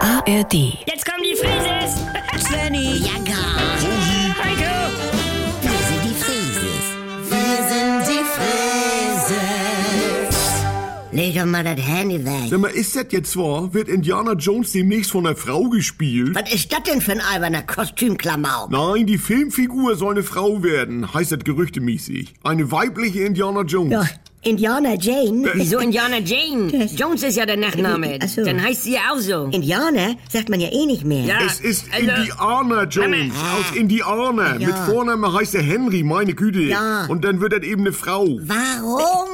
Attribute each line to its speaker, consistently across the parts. Speaker 1: ARD.
Speaker 2: Jetzt kommen die Frises!
Speaker 3: Svenny,
Speaker 4: Ja, gar.
Speaker 2: Heiko!
Speaker 4: Wir sind die Frieses. Wir sind die Frieses. Leg doch mal das Handy weg.
Speaker 5: Sag mal, ist das jetzt wahr? Wird Indiana Jones demnächst von einer Frau gespielt?
Speaker 4: Was ist das denn für ein alberner Kostümklamauk?
Speaker 5: Nein, die Filmfigur soll eine Frau werden, heißt das gerüchtemäßig. Eine weibliche Indiana Jones.
Speaker 3: doch, Indiana Jane.
Speaker 6: Wieso Indiana Jane? Jones ist ja der Nachname.
Speaker 3: Ach so.
Speaker 6: Dann heißt sie ja auch so.
Speaker 3: Indianer sagt man ja eh nicht mehr.
Speaker 6: Ja,
Speaker 5: Es ist
Speaker 6: also-
Speaker 5: Indiana Jones aus Indiana. Mit Vorname heißt er Henry, meine Güte.
Speaker 4: Ja.
Speaker 5: Und dann wird das eben eine Frau.
Speaker 4: Warum?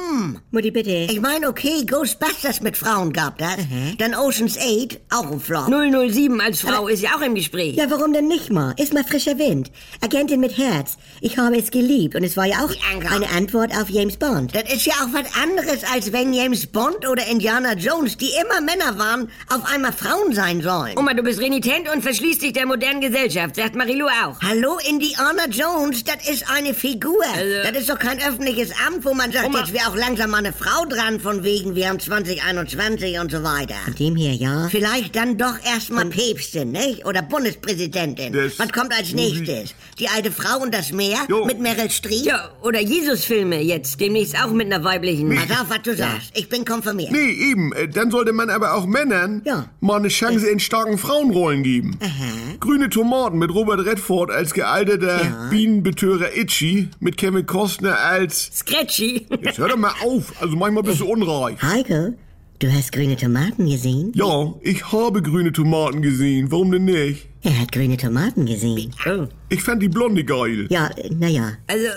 Speaker 3: Mutti, bitte.
Speaker 4: Ich meine, okay, Ghostbusters mit Frauen gab das.
Speaker 3: Mhm.
Speaker 4: Dann Ocean's 8, auch ein Flop.
Speaker 6: 007 als Frau ist ja auch im Gespräch.
Speaker 3: Ja, warum denn nicht mal? Ist mal frischer Wind. Agentin mit Herz. Ich habe es geliebt und es war ja auch
Speaker 4: Anker.
Speaker 3: eine Antwort auf James Bond.
Speaker 4: Das ist ja auch was anderes, als wenn James Bond oder Indiana Jones, die immer Männer waren, auf einmal Frauen sein sollen.
Speaker 6: Oma, du bist renitent und verschließt dich der modernen Gesellschaft, sagt Marilou auch.
Speaker 4: Hallo, Indiana Jones, das ist eine Figur.
Speaker 6: Also-
Speaker 4: das ist doch kein öffentliches Amt, wo man sagt,
Speaker 6: Oma-
Speaker 4: jetzt wäre auch langsam mal eine Frau dran, von wegen, wir haben 2021 und so weiter.
Speaker 3: Dem hier, ja.
Speaker 4: Vielleicht dann doch erstmal Päpstin, nicht? Oder Bundespräsidentin.
Speaker 5: Das-
Speaker 4: Was kommt als nächstes? Die alte Frau und das Meer
Speaker 5: Jo.
Speaker 4: mit Meryl Streep?
Speaker 6: Ja, oder Jesus-Filme jetzt, demnächst auch mit einer weiblichen.
Speaker 4: Pass auf, was du sagst. Ich bin konfirmiert.
Speaker 5: Nee, eben. Äh, Dann sollte man aber auch Männern
Speaker 3: Ja.
Speaker 5: mal eine Chance in starken Frauenrollen geben. Grüne Tomaten mit Robert Redford als gealterter Bienenbetörer Itchy, mit Kevin Costner als...
Speaker 6: Scratchy.
Speaker 5: Jetzt hör doch mal auf, also manchmal bist du unreif.
Speaker 3: Heiko, du hast grüne Tomaten gesehen?
Speaker 5: Ja, ich habe grüne Tomaten gesehen, warum denn nicht?
Speaker 3: Er hat grüne Tomaten gesehen.
Speaker 6: Oh.
Speaker 5: Ich fand die Blonde geil.
Speaker 3: Ja, naja.
Speaker 6: Also,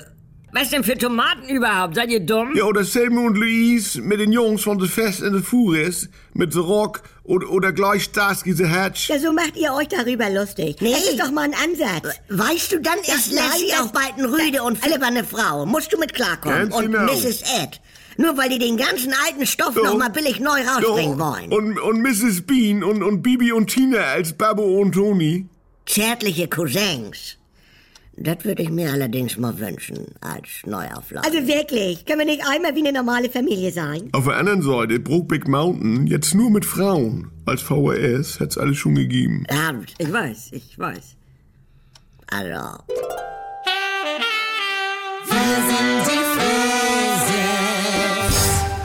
Speaker 6: was denn für Tomaten überhaupt? Seid ihr dumm?
Speaker 5: Ja, oder Selma und Louise mit den Jungs von The Fest and the Furious, mit The Rock oder, oder gleich Starsky the Hatch.
Speaker 3: Ja, so macht ihr euch darüber lustig.
Speaker 4: Nee.
Speaker 3: Das ist doch mal ein Ansatz.
Speaker 4: Weißt du, dann ist Lassie
Speaker 3: nein, das-
Speaker 4: auch bald ein Rüde und flippernde Frau. Musst du mit klarkommen.
Speaker 5: Ganz
Speaker 4: und
Speaker 5: genau.
Speaker 4: Mrs. Ed. Nur weil die den ganzen alten Stoff
Speaker 5: So.
Speaker 4: noch mal billig neu rausbringen
Speaker 5: Ja,
Speaker 4: wollen.
Speaker 5: Und, und Mrs. Bean und, und Bibi und Tina als Babbo und Toni.
Speaker 4: Zärtliche Cousins. Das würde ich mir allerdings mal wünschen, als Neuauflage.
Speaker 3: Also wirklich, können wir nicht einmal wie eine normale Familie sein?
Speaker 5: Auf der anderen Seite, Brokeback Mountain, jetzt nur mit Frauen. Als VHS hat's alles schon gegeben.
Speaker 4: Abend.
Speaker 6: Ich weiß, ich weiß.
Speaker 4: Also.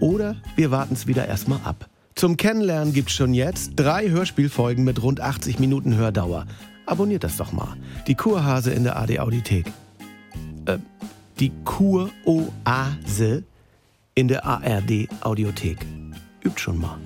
Speaker 7: Oder wir warten es wieder erstmal ab. Zum Kennenlernen gibt's schon jetzt drei Hörspielfolgen mit rund 80 Minuten Hördauer. Abonniert das doch mal. Die Kurhase in der AD Audiothek. Äh, die Kuroase in der ARD Audiothek. Übt schon mal.